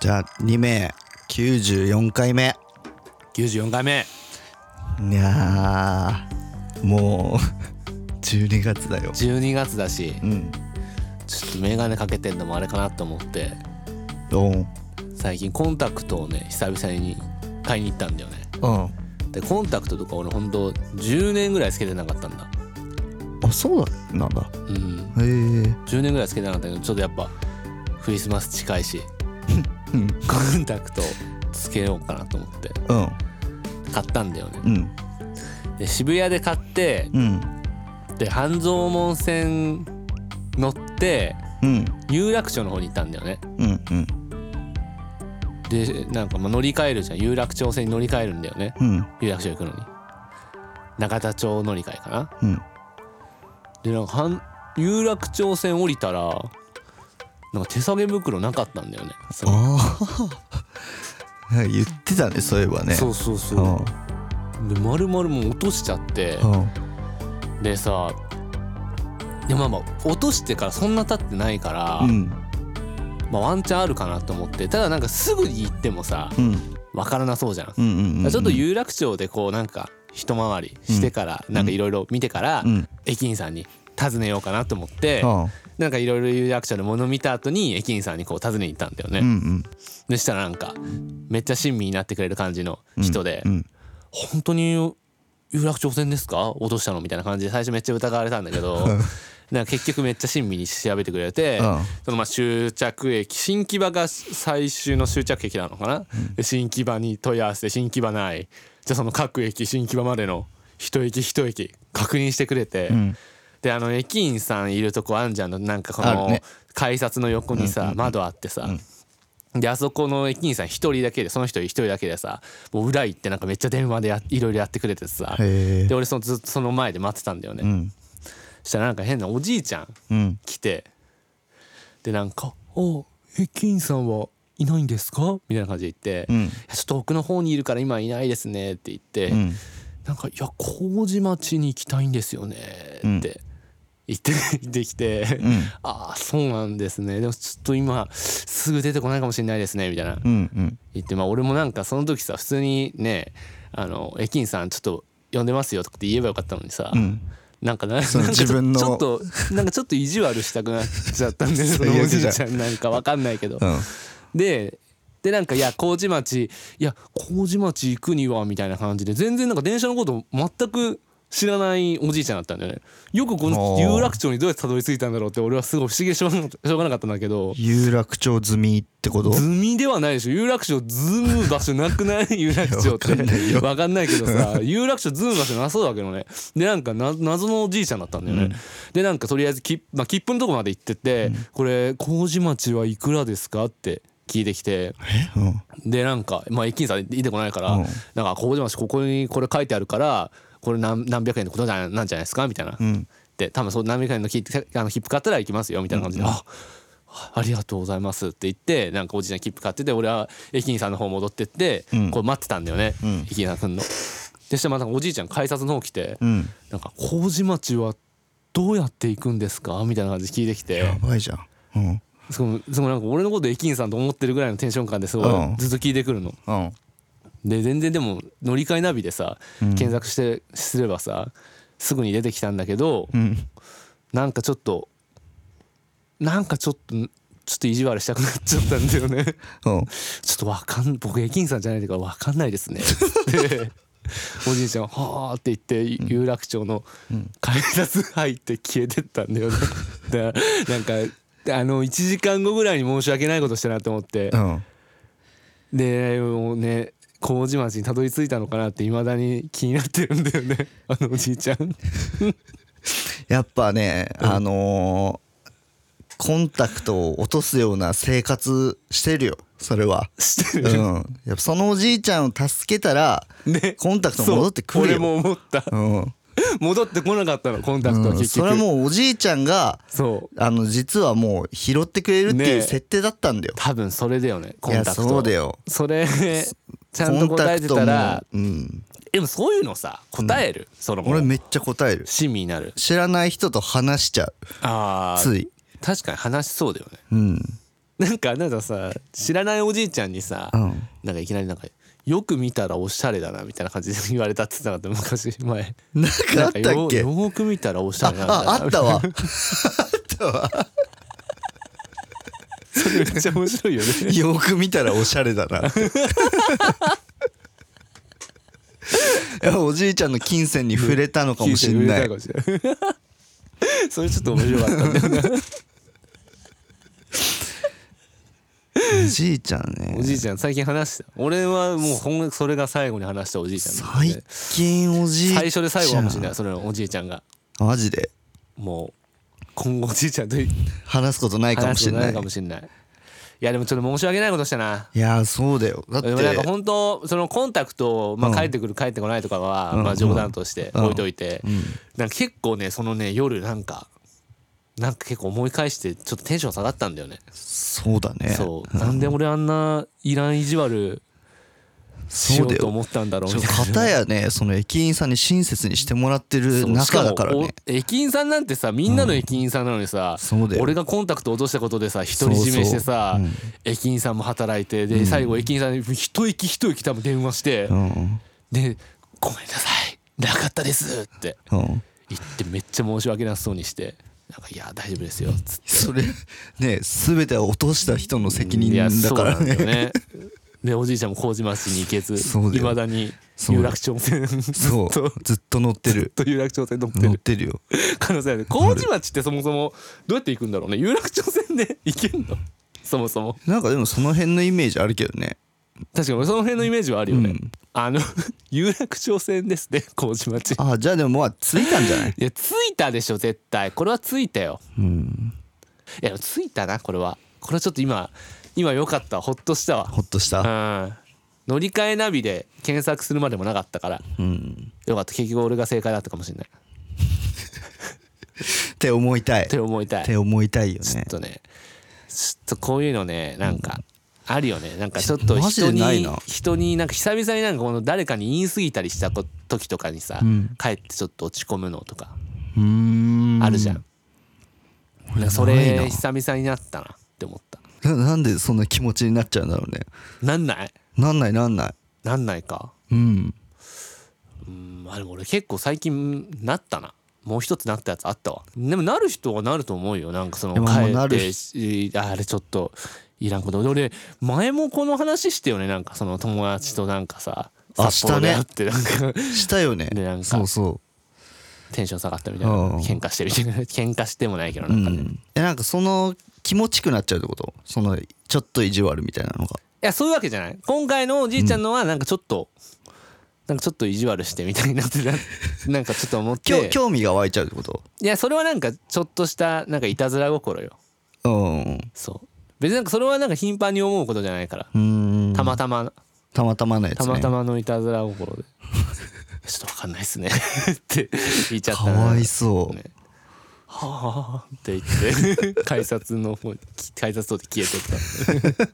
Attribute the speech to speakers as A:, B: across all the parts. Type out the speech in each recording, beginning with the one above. A: じゃあ2名94回目
B: 94回目
A: いやーもう12月だよ
B: 12月だし
A: うん
B: ちょっと眼鏡かけてんのもあれかなと思って
A: どん
B: 最近コンタクトをね久々に買いに行ったんだよね
A: うん
B: でコンタクトとか俺ほんと10年ぐらいつけてなかったんだ
A: あそうだなんだ
B: う
A: へ
B: ん
A: え
B: 10年ぐらいつけてなかったけどちょっとやっぱクリスマス近いし
A: うん
B: コンタクトをつけようかなと思って
A: うん
B: 買ったんだよね
A: うん
B: で渋谷で買って
A: うん
B: で半蔵門線乗って
A: うん
B: 有楽町の方に行ったんだよね
A: うんうん
B: でなんかまあ乗り換えるじゃん有楽町線に乗り換えるんだよね
A: うん
B: 有楽町行くのに中田町乗り換えかな
A: うん
B: でなんか半有楽町線降りたらなんか手提げ袋なかったんだよねその
A: ああなんか 言ってたねそういえばね
B: そううそう
A: う
B: そうで丸々もう落としちゃって
A: んうん
B: でさでまあまあ落としてからそんな経ってないから、
A: うん
B: まあ、ワンチャンあるかなと思ってただなんかすぐに行ってもさ
A: うん
B: わからなそうじゃん、
A: うんうんうん
B: ちょっと有楽町でこうなんか一回りしてから、なんかいろいろ見てから、
A: うん
B: 駅員さんに尋ねようかなと思って、
A: あ
B: なんかいろいろ有楽町のもの見た後に駅員さんにこう尋ねに行ったんだよね、
A: うんうん
B: でしたらなんかめっちゃ親身になってくれる感じの人で「
A: うん
B: 本当に有楽町線ですか落としたの?」みたいな感じで最初めっちゃ疑われたんだけどなんか結局めっちゃ親身に調べてくれて、
A: うん
B: そのまあ終着駅新木場が最終の終着駅なのかな、で新木場に問い合わせて新木場ないじゃあその各駅新木場までの一駅一駅確認してくれて、
A: ん
B: であの駅員さんいるとこあんじゃんのなんかこ
A: ある
B: の、
A: ね
B: 改札の横にさ、窓あってさ、であそこの駅員さん一人だけでその人一人だけでさもう裏行ってなんかめっちゃ電話でやいろいろやってくれてさ
A: へえ
B: で俺そのずっとその前で待ってたんだよね、
A: うん
B: したらなんか変なおじいちゃん
A: うん
B: 来てでなんか「お駅員さんはいないんですか?」みたいな感じで言って
A: う
B: い
A: ん
B: や「ちょっと奥の方にいるから今いないですね」って言って、
A: うん
B: なんか「いや麹町に行きたいんですよね」って言って 言ってきて「
A: ん
B: ああそうなんですねでもちょっと今すぐ出てこないかもしれないですね」みたいな
A: うんうん
B: 言ってまあ俺もなんかその時さ普通にねあの駅員さんちょっと呼んでますよとかって言えばよかったのにさ、
A: うん
B: なんかななんか
A: その
B: ちょ
A: 自分の
B: ちょっとなんかちょっと意地悪したくなっちゃったんで その
A: 最
B: お
A: 悪じ
B: じ
A: ゃん
B: いちゃんなんかわかんないけど、
A: うん
B: ででなんか「いや麹町いや麹町行くには」みたいな感じで全然なんか電車のこと全く知らないおじいちゃんだったんだよねよくこの
A: あー
B: 有楽町にどうやってたどり着いたんだろうって俺はすごい不思議でしょうがなかったしょうがなかったんだけど
A: 有楽町済みってこと
B: ズミではないでしょ有楽町ズーム場所なくない有楽町って
A: いやわかんないよ
B: わかんないけどさ有楽町ズーム場所なそうだけどねでなんかな謎のおじいちゃんだったんだよね、でなんかとりあえずき、まあ、切符のとこまで行ってって、これ麹町はいくらですかって聞いてきて
A: えうん
B: でなんか、まあ、駅員さん出てこないから、
A: うん
B: なんか麹町ここにこれ書いてあるからこれ何何百円ってことじゃなんじゃないですかみたいな、
A: ん
B: で多分その何百円の切符あの切符買ったら行きますよみたいな感じで、あありがとうございますって言ってなんかおじいちゃん切符買ってて俺は駅員さんの方戻ってって、
A: ん
B: こう待ってたんだよね、
A: ん
B: 駅員さん来んの。でしたらまたおじいちゃん改札の方来て、
A: うん
B: なんか麹町はどうやって行くんですかみたいな感じで聞いてきて。
A: やばいじゃんうん
B: そのそのなんか俺のこと駅員さんと思ってるぐらいのテンション感ですご
A: うん
B: いずっと聞いてくるの。
A: うん
B: で全然でも乗り換えナビでさ検索してすればさすぐに出てきたんだけど
A: うん
B: なんかちょっとなんかちょっとちょっと意地悪したくなっちゃったんだ よね
A: うん
B: ちょっとわかん僕駅員さんじゃないからわかんない ですねっておじいちゃん「はあ」って言って有楽町の改札入って消えてったんだよねだからなんかあの1時間後ぐらいに申し訳ないことしたなと思って
A: うん
B: でもうね麹町にたどり着いたのかなっていまだに気になってるんだよねあのおじいち ゃん
A: やっぱねあのーコンタクトを落とすような生活してるよそれは
B: して
A: うん
B: る、
A: やっぱそのおじいちゃんを助けたら
B: ね
A: コンタクト戻ってくるよ
B: そう俺も思った
A: うん
B: 戻ってこなかったのコンタクト
A: う
B: は
A: ん
B: 結
A: そ
B: 局、
A: れはもうおじいちゃんが
B: そう
A: あの実はもう拾ってくれるって
B: ね
A: いう
B: え
A: 設定だったんだよ
B: 多分それだよねコ
A: い
B: ン
A: や
B: タクト
A: そうだよ
B: それちゃん
A: コ
B: と
A: ンタ
B: 答え
A: ク
B: て
A: トも
B: たら
A: うん
B: でもそういうのさ答える、その
A: 俺めっちゃ答える
B: 趣味になる
A: 知らない人と話しちゃう
B: あー
A: つい
B: 確かに話しそうだよね
A: うん
B: なんかあなたさ知らないおじいちゃんにさ、
A: うん
B: なんかいきなりなんか「よく見たらおしゃれだな」みたいな感じで言われたって言ってなかった 昔前
A: なんかあっ
B: なん
A: た
B: か
A: っ
B: よ
A: け
B: よーく見たらおしゃ
A: あ
B: れなんだな
A: ああったわあったわ
B: それめっちゃ面白いよね
A: よく見たらおしゃれだ なっていやおじいちゃんの金銭に触れたのかもしれない
B: 聞てくれたかもしれない それちょっと面白かったんだよな
A: おじいちゃんね
B: おじいちゃん最近話した俺はもうほんそれが最後に話したおじいちゃんなんで
A: 最近おじいちゃん
B: 最初で最後かもしれないそれのおじいちゃんが
A: マジで
B: もう今後おじいちゃんと
A: 話すことないかも
B: 話
A: し
B: す
A: れ
B: ことな
A: ない
B: いかもしれないいやでもちょっと申し訳ないことしたない
A: やそうだよだって
B: でもなんか本当そのコンタクトを、まあ、帰ってくる、帰ってこないとかは、まあ、冗談として置いといて、なんか結構ねそのね夜なんかなんか結構思い返してちょっとテンション下がったんだよね、
A: そうだね
B: そうなんで俺あんないらん意地悪し
A: そ
B: よ
A: う
B: う
A: だ
B: と
A: よ
B: 思ったんだろう
A: ちょ
B: みたいな
A: 片やねその駅員さんに親切にしてもらってる
B: そうし
A: 中だから
B: も
A: ね
B: お駅員さんなんてさみんなの駅員さんなのにさ、
A: そうだよ
B: 俺がコンタクト落としたことでさ独り占めしてさ
A: そうそう
B: 駅員さんも働いてで最後駅員さんに一息一息多分電話して、
A: うん
B: で「ごめんなさいなかったです」って
A: うん
B: 言ってめっちゃ申し訳なさそうにして「なんかいや大丈夫ですよ」つって
A: それね全てを落とした人の責任
B: いや
A: だ
B: そう
A: か
B: な
A: ら
B: んだよ
A: ね
B: ね。でおじいちゃんも麹町に行けず
A: そうだ
B: い
A: よ
B: まだに
A: そう
B: 有楽町線ずっ
A: そう
B: と
A: ずっと乗ってる
B: と有楽町線乗って
A: 乗っ
B: る
A: てるよ
B: 可能性ある麹町ってそもそもどうやって行くんだろうね有楽町線で行けんの そもそも
A: なんかでもその辺のイメージあるけどね
B: 確かに俺その辺のイメージはあるよね、
A: うん
B: あの 有楽町線ですね麹町
A: あじゃあでもまあ着いたんじゃない
B: いや着いたでしょ絶対これは着いたよ
A: うん
B: いや着いたなこれはこれはちょっと今今良かったほっとしたわ
A: ほっとした
B: うん乗り換えナビで検索するまでもなかったから
A: うん
B: よかった結局俺が正解だったかもしれないっ
A: って思いたい
B: て思いたい
A: って思いたいよ
B: ちょっ
A: ね
B: とねちょっとこういうのねなんかあるよねなんかちょっと
A: マジ
B: 人
A: で
B: に
A: ないな
B: 人になんか久々になんかこの誰かに言い過ぎたりしたこ時とかにさ、
A: うん
B: 帰ってちょっと落ち込むのとか
A: うーん
B: あるじゃん、なんかそ
A: ないな
B: れ久々になったなって思った
A: ななんでそんな気持ちになっちゃうんだろうね
B: なんない
A: なんないなんない
B: なんないか
A: うん
B: うんまあでも俺結構最近なったなもう一つなったやつあったわでもなる人はなると思うよなんかその
A: でももうな
B: 帰っ
A: る
B: てしあれちょっといらんことで俺前もこの話してよねなんかその友達となんかさ
A: あ
B: 札幌で会ってなんか、
A: したよね
B: でなんか
A: そうそ
B: テンション下がったみたいな
A: うん
B: 喧嘩してみたいな 喧嘩してもないけど
A: うう
B: なんかね、い
A: んえなんかその気持ちくなっちゃうってことそのちょっと意地悪みたいなのが
B: やそういうわけじゃない今回のおじいちゃんのはなんかちょっと、なんかちょっと意地悪してみたいなってななんかちょっと思っ
A: きょ
B: て
A: 興味が湧いちゃうってこと
B: いやそれはなんかちょっとしたなんかいたずら心よ
A: うんう
B: そう別になんかそれはなんか頻繁に思うことじゃないから、
A: ーん
B: たまたま
A: たまたまのやつね
B: たまたまのいたずら心で ちょっとわかんないっすねって言っちゃった
A: かわい
B: そ
A: そう
B: ねはあはあって言って 改札の方に改札通って消えてった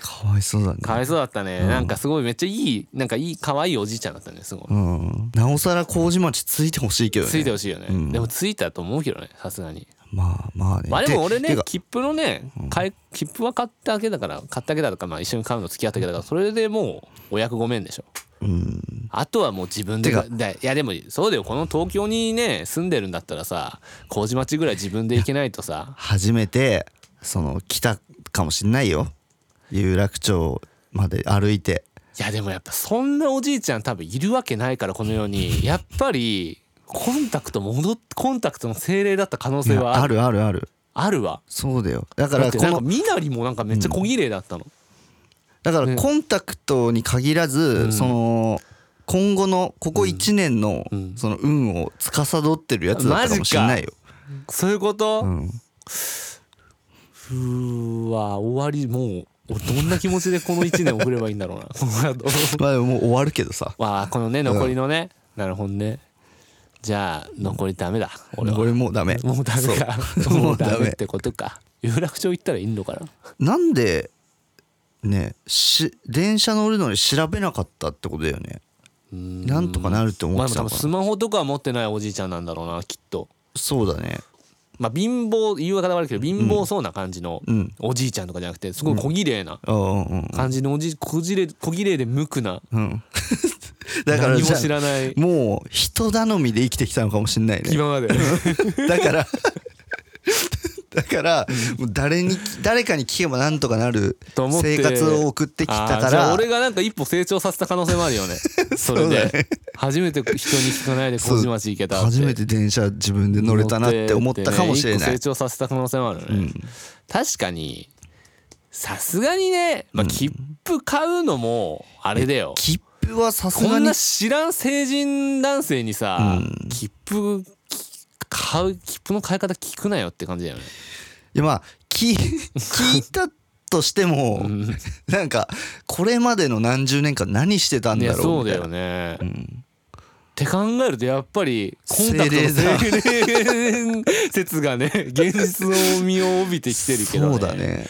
A: かわいそうだね
B: かわいそうだったね、なんかすごいめっちゃいいなんかいい可愛いおじいちゃんだったねすごい、
A: うんなおさら麹町ついてほしいけどね
B: ついてほしいよね、
A: うん
B: でもついたと思うけどねさすがに
A: まあまあね
B: まあでも俺
A: て
B: ね
A: てか
B: 切符のね買い切符は買っただけだから買っただけだとかまあ一緒に買うの付き合っただけだからそれでもうお役御免でしょ
A: うん
B: あとはもう自分で
A: てか
B: だいやでもそうだよこの東京にね住んでるんだったらさ麹町ぐらい自分で行けないとさ
A: 初めてその来たかもしんないよ有楽町まで歩いて
B: いやでもやっぱそんなおじいちゃん多分いるわけないからこの世にやっぱりコンタクト戻っコンタクトの精霊だった可能性は
A: あ
B: ある
A: るあるある
B: あるわ
A: そうだよだか
B: だ
A: ら
B: って
A: こ
B: なんか
A: の
B: 身なりもなんかめっちゃ小綺麗だったの、
A: だから
B: ね
A: コンタクトに限らず、
B: ん
A: その今後のここ1年の
B: うん
A: その運を司ってるやつだったかもしれないよ、
B: そういうこと、
A: うん、
B: うーわ終わりもう俺どんな気持ちでこの1年送ればいいん だろうなこの後
A: まあでももう終わるけどさ
B: わあこのね残りのね、なるほどねじゃあ残りダメだ俺は
A: これもうダメ
B: もうダメか
A: そう
B: も
A: も
B: う
A: う
B: ダ
A: ダ
B: メっ
A: メ
B: てことか有楽町行ったらいいのかな
A: なんでねし電車乗るのに調べなかったってことだよねなんとかなるって思
B: ま
A: っ
B: あ
A: て
B: でも
A: たの
B: 多分
A: か
B: ス
A: な
B: マホとかは持ってないおじいちゃんなんだろうなきっと
A: そうだね
B: まあ貧乏言い方悪いけど貧乏そうな感じの
A: うん
B: おじいちゃんとかじゃなくてすごい小綺麗な
A: うんうん
B: 感じのおじ小綺麗小綺麗で無垢な
A: うん、だから
B: 何も
A: じゃ
B: 知らない
A: あもう人頼みで生きてきたのかもしんないね
B: 今まで
A: だから だからもう誰に誰かに聞けば なんとかなる
B: と思って
A: 生活を送ってきた
B: あー
A: か
B: じゃあ
A: ら
B: 俺がなんか一歩成長させた可能性もある よねそれ
A: そうだ
B: で初めて人に聞かないで麹町行けたって
A: 初めて電車自分で乗れたなって思ったかもしれ
B: 乗っ
A: な
B: てね
A: い
B: 一個成長させた可能性もあるね、確かにさすがにね、まあ、切符買うのもあれだよ、
A: 切符はさす
B: こ
A: が
B: ん
A: に
B: な知らん成人男性にさ、切符き買う切符の買い方聞くなよって感じだよね
A: いやまあ 聞聞いたとしても、なんかこれまでの何十年間何してたん
B: い
A: だ
B: や
A: ろ
B: そうう
A: み
B: だ
A: たいな
B: よね、って考えるとやっぱりコンタクト
A: 精
B: の精霊説がね 現実の身を帯びてきてるけど、ね、
A: そうだね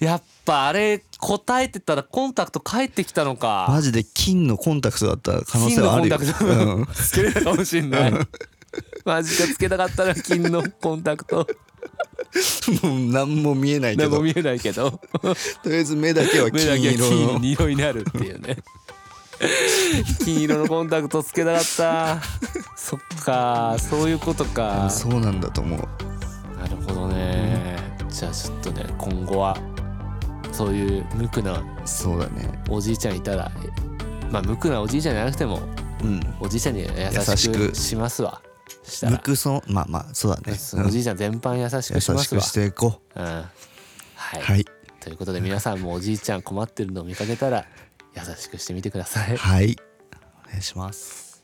B: やっぱあれ答えてたらコンタクト返ってきたのか
A: マジで金のコンタクトだった可能性はあるよ
B: 金のコンタク
A: うん
B: ト、つけれたかもしんないマジかつけたかったら金のコンタクト
A: もう何も見えないけ
B: 何も
A: ど
B: 見えないけど
A: とりあえず目だけは
B: 目だ
A: 金
B: け
A: 色
B: 金
A: の
B: に色になるっていうね金色のコンタクトつけたかったそっかそういうことか
A: そうなんだと思う
B: なるほどねじゃあちょっとね今後はそういう無垢な
A: そうだね
B: おじいちゃんいたらまあ無垢なおじいちゃんじゃなくても
A: うん
B: おじいちゃんに優
A: 優
B: し
A: し
B: く
A: く
B: しますわした
A: 無
B: ら
A: 垢そうまあまあそうだね
B: そうおじいちゃん全般優し
A: 優
B: くしま
A: し
B: す
A: く
B: わ
A: していこ
B: うんは
A: う
B: い、
A: はい
B: ということで皆さんもおじいちゃん困ってるのを見かけたら優しくしてみてください
A: はいお願いします